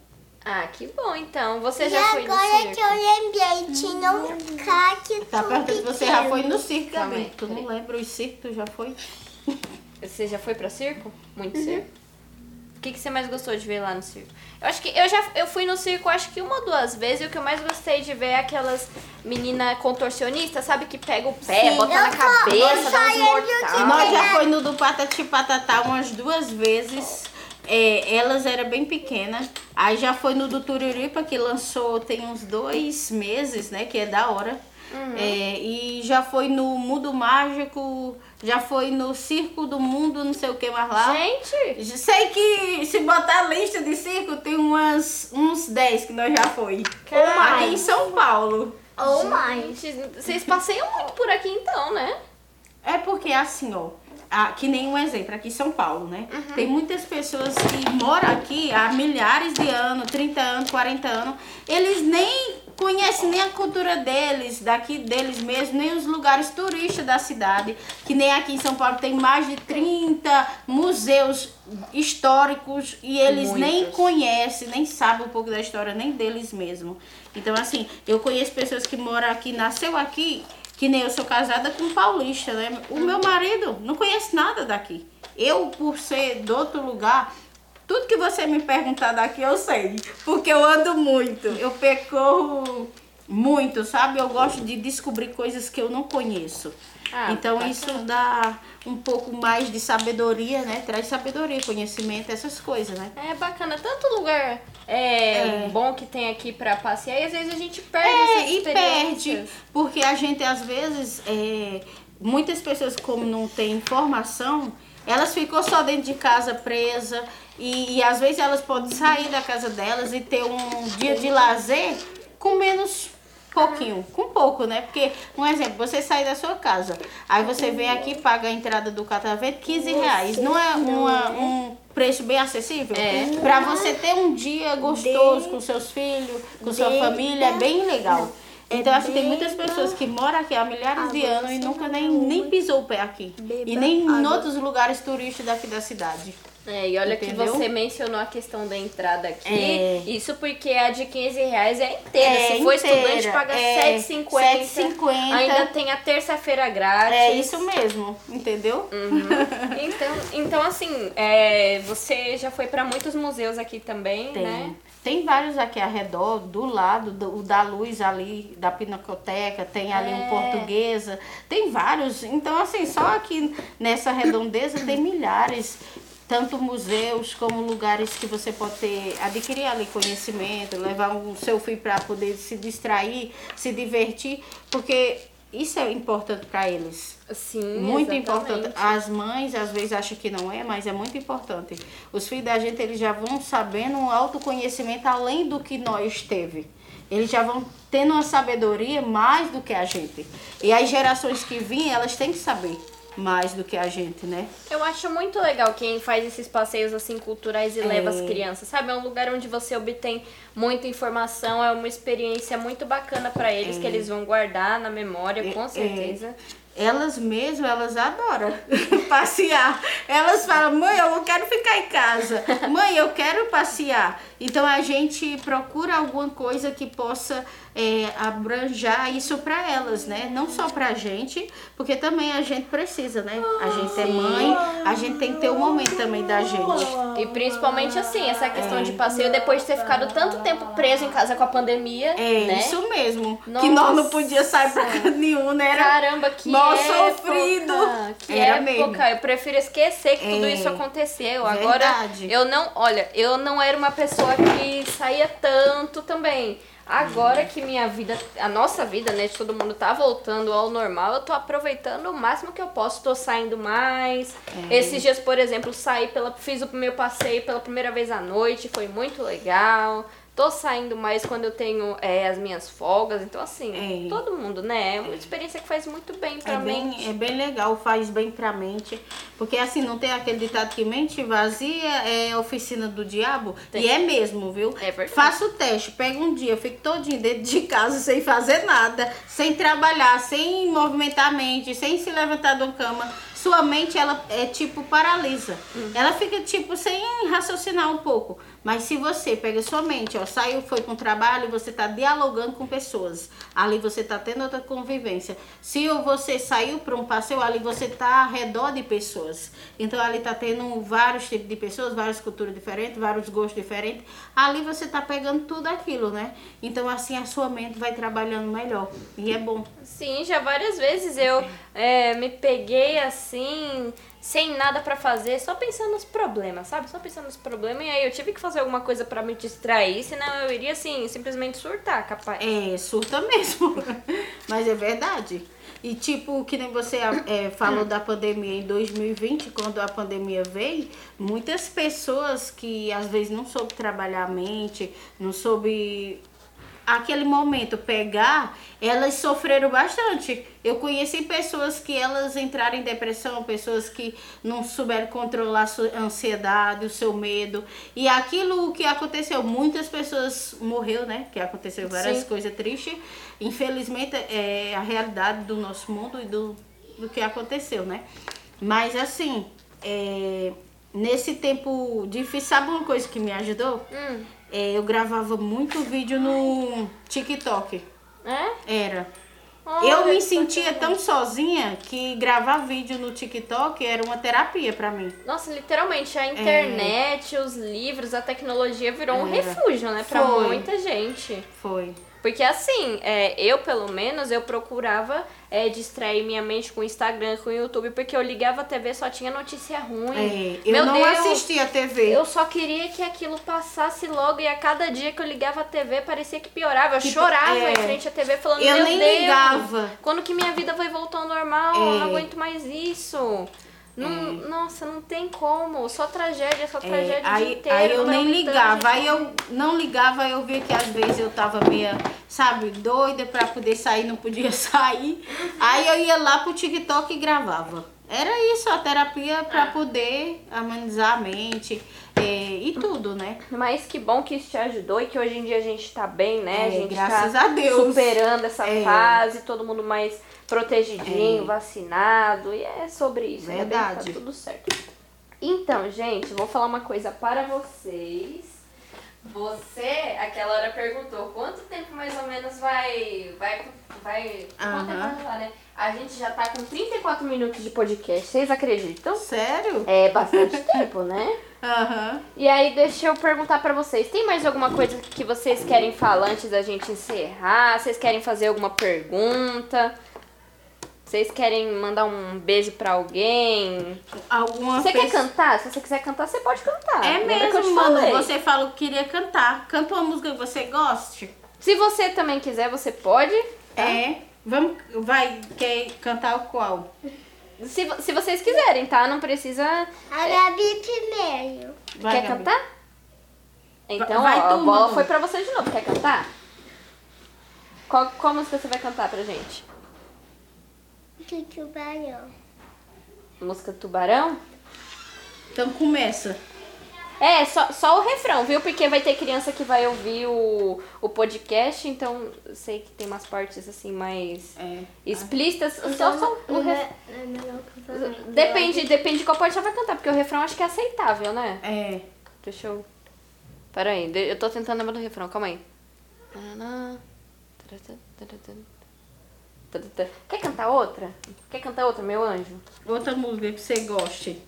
S1: Ah, que bom então. Você
S2: E
S1: já foi no
S2: agora é
S1: circo? Hum.
S2: que eu lembrei, tinha um cacto
S3: Tá perguntando se você já foi no circo,
S1: Calma aí,
S3: Gabi. Tu não
S1: peraí.
S3: lembra os circos, tu já foi?
S1: Você já foi pra circo? Muito
S3: Uhum.
S1: circo. O que, que você mais gostou de ver lá no circo? Eu acho que eu já eu fui no circo acho que uma ou duas vezes e o que eu mais gostei de ver é aquelas menina contorcionista, sabe? Que pega o pé,
S3: Sim.
S1: bota
S2: Eu
S1: na
S2: só-
S1: cabeça, dá
S2: eu só
S1: uns
S2: lembro que
S1: mortais.
S2: Ah.
S3: Nós já foi no do Patati Patatá umas duas vezes. É, elas eram bem pequenas. Aí já foi no do Tururipa, que lançou tem uns dois meses, né? Que é da hora. É, e já foi no Mundo Mágico, já foi no Circo do Mundo, não sei o que mais lá.
S1: Gente,
S3: Sei que se botar a lista de circo, tem umas, uns 10 que nós já foi.
S1: Caralho.
S3: Aqui em São Paulo.
S4: Ou mais.
S1: gente, vocês passeiam muito por aqui então, né?
S3: É porque assim, ó, a- que nem um exemplo, aqui em São Paulo, né? Tem muitas pessoas que moram aqui há milhares de anos, 30 anos, 40 anos, eles nem conhecem nem a cultura deles, daqui deles mesmo, nem os lugares turísticos da cidade, que nem aqui em São Paulo tem mais de 30 museus históricos e eles nem
S1: Muitos.
S3: conhece, nem sabe um pouco da história nem deles mesmo. Então, assim, eu conheço pessoas que moram aqui, nasceu aqui, que nem eu sou casada com um paulista, né? O meu marido não conhece nada daqui. Eu, por ser de outro lugar, tudo que você me perguntar daqui eu sei, porque eu ando muito, eu percorro muito, sabe? Eu gosto de descobrir coisas que eu não conheço.
S1: Ah,
S3: então, isso dá um pouco mais de sabedoria, né? Traz sabedoria, conhecimento, essas coisas, né?
S1: É bacana, tanto lugar é,
S3: É.
S1: bom que tem aqui pra passear e às vezes a gente perde
S3: É,
S1: essas
S3: e perde,
S1: experiências.
S3: porque a gente às vezes, é, muitas pessoas como não tem informação, elas ficam só dentro de casa presa e, e, às vezes elas podem sair da casa delas e ter um dia de lazer com menos pouquinho, com pouco, né? Porque, um exemplo, você sai da sua casa, aí você vem aqui paga a entrada do catavento 15 reais, não é uma- um preço bem acessível?
S1: É.
S3: Pra você ter um dia gostoso com seus filhos, com sua família, é bem legal. Então, assim, tem muitas pessoas que moram aqui há milhares de anos e nunca nem, nem pisou o pé aqui. E nem em outros lugares turísticos daqui da cidade.
S1: É, e olha que
S3: Entendeu?
S1: você mencionou a questão da entrada aqui.
S3: É.
S1: Isso porque a de 15 reais é inteira. Se for estudante, paga
S3: é,
S1: 7,50.
S3: 7,50.
S1: Ainda tá tem a terça-feira grátis.
S3: É isso mesmo, entendeu?
S1: Então, então assim, é, você já foi pra muitos museus aqui também,
S3: Tem.
S1: né?
S3: Tem vários aqui ao redor, do lado, do, o da luz ali, da Pinacoteca, tem ali
S1: É.
S3: um portuguesa, tem vários. Então, assim, só aqui nessa redondeza tem milhares, tanto museus como lugares que você pode ter, adquirir ali conhecimento, levar o seu filho para poder se distrair, se divertir, porque isso é importante para eles.
S1: Sim.
S3: Muito
S1: exatamente.
S3: importante. Ah. As mães às vezes acham que não é, mas é muito importante. Os filhos da gente eles já vão sabendo um autoconhecimento além do que nós teve. Eles já vão tendo uma sabedoria mais do que a gente. E as gerações que vêm, elas têm que saber mais do que a gente, né?
S1: Eu acho muito legal quem faz esses passeios assim culturais e
S3: É.
S1: leva as crianças, sabe? É um lugar onde você obtém muita informação, é uma experiência muito bacana pra
S3: É.
S1: eles que eles vão guardar na memória, com certeza.
S3: Elas mesmo, elas adoram passear. Elas falam, mãe, eu não quero ficar em casa. Mãe, eu quero passear. Então a gente procura alguma coisa que possa é, abranjar isso para elas, né? Não só pra gente, porque também a gente precisa, né? A gente é mãe, a gente tem que ter o momento também da gente.
S1: E principalmente assim, essa questão de passeio depois de ter ficado tanto tempo preso em casa com a pandemia,
S3: É
S1: né?
S3: isso mesmo. Que nós não podíamos sair pra canto nenhum, né? Era
S1: Caramba, que
S3: Mal
S1: época!
S3: sofrido.
S1: Que
S3: Era
S1: época!
S3: mesmo.
S1: Eu prefiro esquecer que tudo
S3: É.
S1: isso aconteceu. Agora,
S3: Verdade.
S1: eu não... Olha, eu não era uma pessoa que saía tanto também.
S3: Uhum.
S1: Agora que minha vida, a nossa vida, né, de todo mundo tá voltando ao normal, eu tô aproveitando o máximo que eu posso, tô saindo mais.
S3: É.
S1: Esses dias, por exemplo, saí pela fiz o meu passeio pela primeira vez à noite, foi muito legal. Tô saindo mais quando eu tenho é, as minhas folgas, então assim,
S3: É.
S1: todo mundo, né? É uma experiência que faz muito bem pra
S3: É
S1: mim.
S3: bem, é bem legal, faz bem pra mente. Porque assim, não tem aquele ditado que mente vazia é oficina do diabo? E é mesmo, viu?
S1: É verdade.
S3: Faça o teste, pega um dia, eu fico todinho dentro de casa sem fazer nada, sem trabalhar, sem movimentar a mente, sem se levantar da cama. Sua mente, ela é tipo paralisa. Ela fica tipo sem raciocinar um pouco. Mas se você pega sua mente, ó, saiu, foi para um trabalho, você tá dialogando com pessoas. Ali você tá tendo outra convivência. Se você saiu para um passeio, ali você tá ao redor de pessoas. Então ali tá tendo vários tipos de pessoas, várias culturas diferentes, vários gostos diferentes. Ali você tá pegando tudo aquilo, né? Então assim a sua mente vai trabalhando melhor. E é bom.
S1: Sim, já várias vezes eu é, me peguei assim, sem nada pra fazer, só pensando nos problemas, sabe? Só pensando nos problemas. E aí eu tive que fazer alguma coisa pra me distrair, senão eu iria assim, simplesmente surtar, capaz.
S3: É, surta mesmo. Mas é verdade. E tipo, que nem você é, falou da pandemia em 2020, quando a pandemia veio, muitas pessoas que às vezes não soube trabalhar a mente, não soube aquele momento pegar, elas sofreram bastante. Eu conheci pessoas que elas entraram em depressão, pessoas que não souberam controlar sua ansiedade, o seu medo. E aquilo que aconteceu, muitas pessoas morreu, né? Que aconteceu várias
S1: Sim.
S3: coisas tristes. Infelizmente é a realidade do nosso mundo e do, do que aconteceu, né? Mas assim, é, nesse tempo difícil, sabe uma coisa que me ajudou?
S1: Hum,
S3: É, eu gravava muito vídeo no TikTok.
S1: é?
S3: Era.
S1: Olha,
S3: Eu me
S1: que
S3: sentia
S1: bacana.
S3: tão sozinha que gravar vídeo no TikTok era uma terapia pra mim.
S1: Nossa, literalmente,
S3: É.
S1: a internet, os livros, a tecnologia virou um
S3: É.
S1: refúgio, né? Pra
S3: Foi.
S1: muita gente.
S3: Foi.
S1: Porque assim, é, eu pelo menos, eu procurava é, distrair minha mente com o Instagram, com o YouTube, porque eu ligava a TV só tinha notícia ruim.
S3: É, eu
S1: Meu
S3: não
S1: Deus,
S3: assistia TV.
S1: Eu só queria que aquilo passasse logo e a cada dia que eu ligava a TV parecia que piorava. Eu
S3: Que-
S1: chorava
S3: é.
S1: em frente à TV falando,
S3: Eu
S1: meu
S3: nem
S1: Deus,
S3: ligava.
S1: quando que minha vida vai voltar ao normal?
S3: É.
S1: Eu não aguento mais isso. Não, Nossa, não tem como. Só tragédia, só
S3: É,
S1: tragédia o dia
S3: aí,
S1: inteiro.
S3: aí eu
S1: vai
S3: nem
S1: aumentando,
S3: ligava,
S1: gente.
S3: aí eu não ligava, aí eu via que às vezes eu tava meio, sabe, doida pra poder sair, não podia sair. Aí eu ia lá pro TikTok e gravava. Era isso, a terapia
S1: Ah.
S3: pra poder amenizar a mente é, e tudo, né?
S1: Mas que bom que isso te ajudou e que hoje em dia a gente tá bem, né?
S3: É,
S1: a gente
S3: graças
S1: tá
S3: a Deus.
S1: superando essa
S3: É.
S1: fase, todo mundo mais protegidinho,
S3: É.
S1: vacinado. E é sobre isso, ainda bem que
S3: Verdade.
S1: Tá tudo certo. Então, gente, vou falar uma coisa para vocês. Você, aquela hora perguntou quanto tempo mais ou menos vai. Vai. vai quanto tempo
S3: Aham.
S1: vai levar, né? A gente já tá com 34 minutos de podcast, vocês acreditam?
S3: Sério?
S1: É bastante tempo, né?
S3: Aham.
S1: E aí, deixa eu perguntar pra vocês, tem mais alguma coisa que vocês querem falar antes da gente encerrar? Vocês querem fazer alguma pergunta? Vocês querem mandar um beijo pra alguém?
S3: Alguma
S1: Você quer
S3: pessoa-
S1: cantar? Se você quiser cantar, você pode cantar.
S3: É
S1: Lembra que eu te
S3: mesmo, mano.
S1: falei?
S3: Você falou que queria cantar. Canta uma música que você goste.
S1: Se você também quiser, você pode.
S3: É. Vamos, vai, quer cantar o qual?
S1: Se, vo- se vocês quiserem, tá? Não precisa...
S2: A Gabi é primeiro.
S3: Vai,
S1: Quer
S3: Gabi.
S1: cantar? Então,
S3: vai
S1: ó, a
S3: tu,
S1: bola
S3: Manu.
S1: foi pra você de novo. Quer cantar? Qual, qual música você vai cantar pra gente?
S2: Que tubarão.
S1: Música Tubarão?
S3: Então começa.
S1: É, só, só o refrão, viu? Porque vai ter criança que vai ouvir o, o podcast, então eu sei que tem umas partes assim mais
S3: É.
S1: explícitas.
S2: Então,
S1: Só, só o
S4: Não
S1: refrão.
S4: é- não é melhor que eu falar, então.
S1: Depende, depende de qual parte ela vai cantar, porque o refrão acho que é aceitável, né?
S3: É.
S1: Deixa eu. Pera aí, de- eu tô tentando lembrar do refrão, calma aí. Taraná, taratã, taratã, taratã. Quer cantar outra? Quer cantar outra, meu anjo?
S3: Outra música que você goste.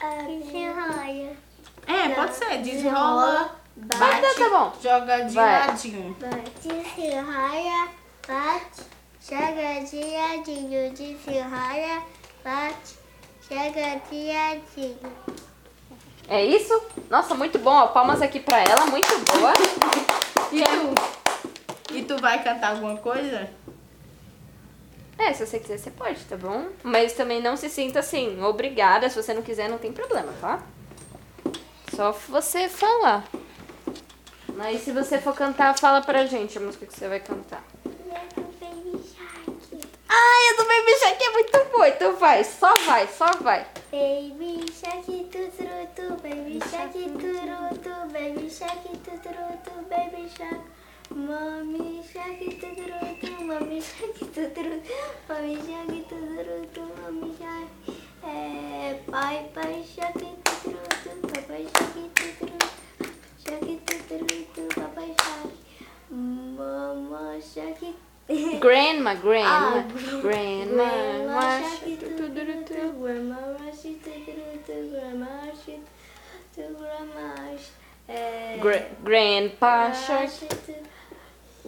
S2: A Serroia.
S3: É, pode ser. Desenrola,
S1: Vai,
S3: bate,
S1: tá, tá bom.
S3: joga de
S1: Vai.
S3: ladinho.
S2: De serroia, bate. Chega de ladinho. De serroia, bate. Chega de ladinho.
S1: É isso? Nossa, muito bom. Ó, palmas aqui pra ela, muito boa.
S3: E tu? E tu vai cantar alguma coisa?
S1: É, se você quiser, você pode, tá bom? Mas também não se sinta assim, obrigada. Se você não quiser, não tem problema, tá? Só você fala. Mas se você for cantar, fala pra gente a música que você vai cantar. Ai, eu do Baby Shark é muito boa. Então vai, só vai, só vai.
S2: Baby shark tuturutu, baby shark tuturutu, baby shark tuturutu, baby shark. Mommy shark tuturutu, mommy shark tuturutu, mommy shark tuturutu, mommy shark. É, pai pai shark tuturutu, papai shark tuturutu, shark tuturutu, papai shark. Mamãe shark tuturutu.
S1: Grandma, grandma, Ah, grandma.
S2: Grandma
S1: mas-
S2: Shark tuturutu, Grandma Shark tuturutu, Grandma Shark tuturutu, Grandma Shark- é,
S1: Gra- grandpa
S2: Grandma
S1: Shark.
S2: Shark tutu-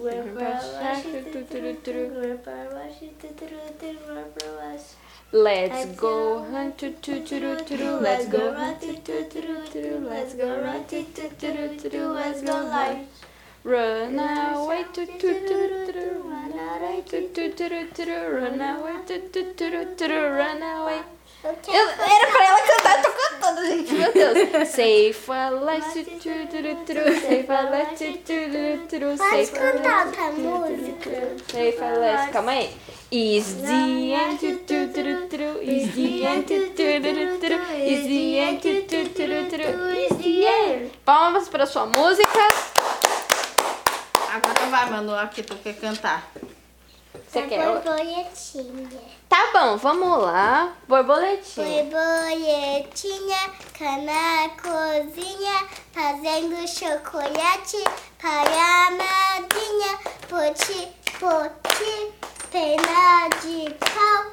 S2: Grandpa Shark
S1: Shark
S2: tuturutu,
S1: tuturutu.
S2: Grandpa Shark tuturutu, Grandpa Shark-
S1: Let's go hunt tu tu tu tu tu tu, let's go hunt tu tu tu tu tu tu,
S2: Let's go run tu tu tu tu tu tu, let's go light.
S1: run away tu tu tu tu tu tu, run away tu tu tu tu tu tu, run away tu tu tu tu tu tu, run away. Eu, era pra ela cantar, eu tô cantando, gente, meu Deus. Safe alive, tu tu tu tu tu tu, safe alive, tu tu tu tu tu,
S2: Pode
S1: safe alive.
S2: cantar outra música.
S1: Safe alive, calma aí. Is the end tu tu tu tu tu, is the end tu tu tu tu tu, is the end tu tu tu tu tu, is the end. Palmas pra sua música.
S3: Agora vai, Manu, a que tu quer cantar.
S1: Você
S2: é
S1: quer? outra?
S2: borboletinha.
S1: Tá bom, vamos lá. Borboletinha.
S2: Borboletinha, tá na cozinha, fazendo chocolate para a madrinha. Poti, poti, pena de pau,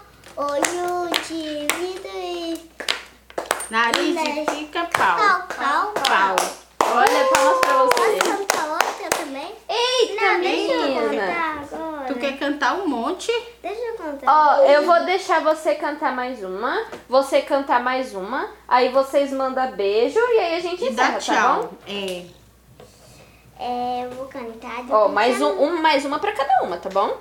S2: olho de vidro e
S3: Nariz
S2: Nariz.
S3: e pica pau.
S2: pau, pau.
S3: Pau.
S1: Olha, palmas pra
S2: Posso
S1: você.
S2: cantar outra também?
S1: Eita,
S2: Não, deixa eu
S1: menina.
S2: contar agora.
S3: Tu quer cantar um monte?
S2: Deixa eu contar.
S1: Ó, eu vou deixar você cantar mais uma, você cantar mais uma, aí vocês mandam beijo e aí a gente
S3: E
S1: encerra,
S3: dá
S1: tá
S3: tchau.
S1: bom?
S3: É.
S2: É, eu vou cantar.
S1: Ó,
S2: depois
S1: mais,
S2: eu-
S1: um, um- mais uma pra cada uma, tá bom?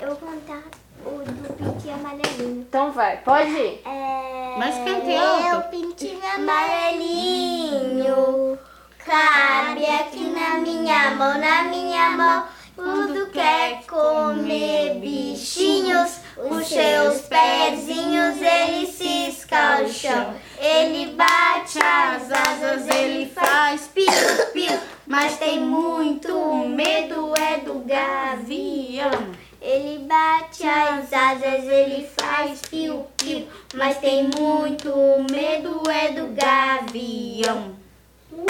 S2: Eu vou cantar o do Pintinho Amarelinho.
S1: Então vai, pode ir.
S2: É...
S3: Mas cantei
S2: Meu
S3: alto.
S2: Pintinho Amarelinho cabe aqui na minha mão, na minha mão. Tudo quer comer bichinhos, os seus pezinhos ele cisca o chão. Ele bate
S3: As asas ele faz piu, piu, mas tem muito medo é do gavião.
S2: Ele bate as asas, ele faz piu piu, mas tem muito medo é do gavião.
S3: Gavião.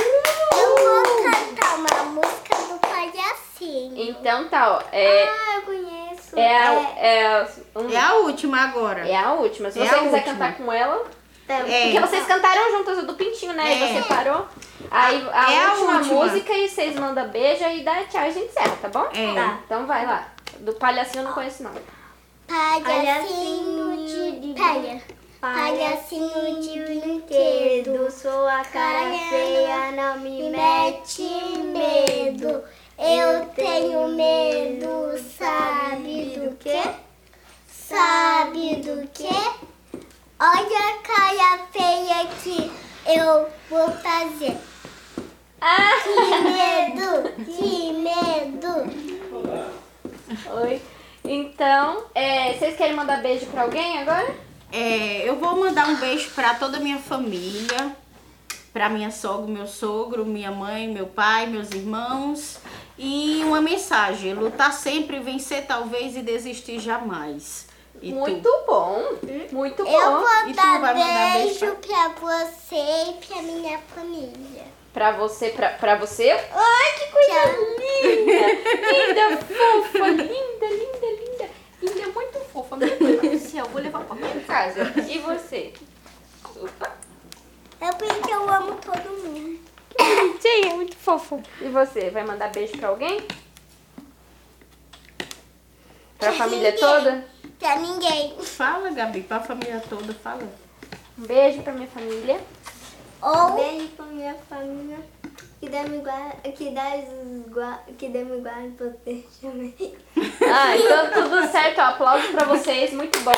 S2: Eu vou cantar uma música do palhacinho.
S1: Então tá, ó. É,
S2: Ah, eu conheço.
S1: é, a, é, a- um-
S3: É a última agora.
S1: é a última. Se
S3: É
S1: você
S3: a
S1: quiser
S3: última.
S1: cantar com ela.
S3: É.
S1: Porque vocês cantaram juntas o do Pintinho, né? E
S3: É.
S1: você parou. Aí a,
S3: É a
S1: última,
S3: última.
S1: música e vocês mandam beijo e dá tchau e a gente encerra, tá bom?
S3: É.
S1: Tá. Então vai lá. Do palhacinho eu não conheço, não.
S2: Palhacinho de palha. Palhacinho de brinquedo, sua cara feia não me mete medo. Eu tenho medo, sabe do quê? Sabe do quê? Olha a cara feia que eu vou fazer.
S1: Ah!
S2: Que medo, que medo.
S1: Oi. Então, é, vocês querem mandar beijo pra alguém agora?
S3: É, eu vou mandar um beijo pra toda a minha família, pra minha sogra, meu sogro, minha mãe, meu pai, meus irmãos. E uma mensagem: lutar sempre, vencer talvez e desistir jamais. E tu?
S1: muito bom. Muito
S2: Eu
S1: bom.
S2: vou
S3: E tu não
S2: dar
S3: vai mandar um
S2: beijo
S3: beijo
S2: pra você e pra minha família.
S1: Pra você, pra, pra você. Ai, que coisa linda! Linda, fofa, linda, linda, linda. Linda, muito fofa. Meu Deus do céu, vou levar pra minha casa. E você? Opa.
S2: É porque eu amo todo mundo.
S1: Sim, é muito fofa. E você, vai mandar beijo pra alguém? Pra família toda?
S2: Pra ninguém.
S3: Fala, Gabi, pra família toda, fala.
S1: Um beijo pra minha família.
S4: Ou
S2: Beijo pra minha família. Que Deus me guarde, que Deus, gua- que Deus me guarde e proteja. Amém.
S1: Ah, então tudo certo. ó, Aplausos pra vocês, muito bom.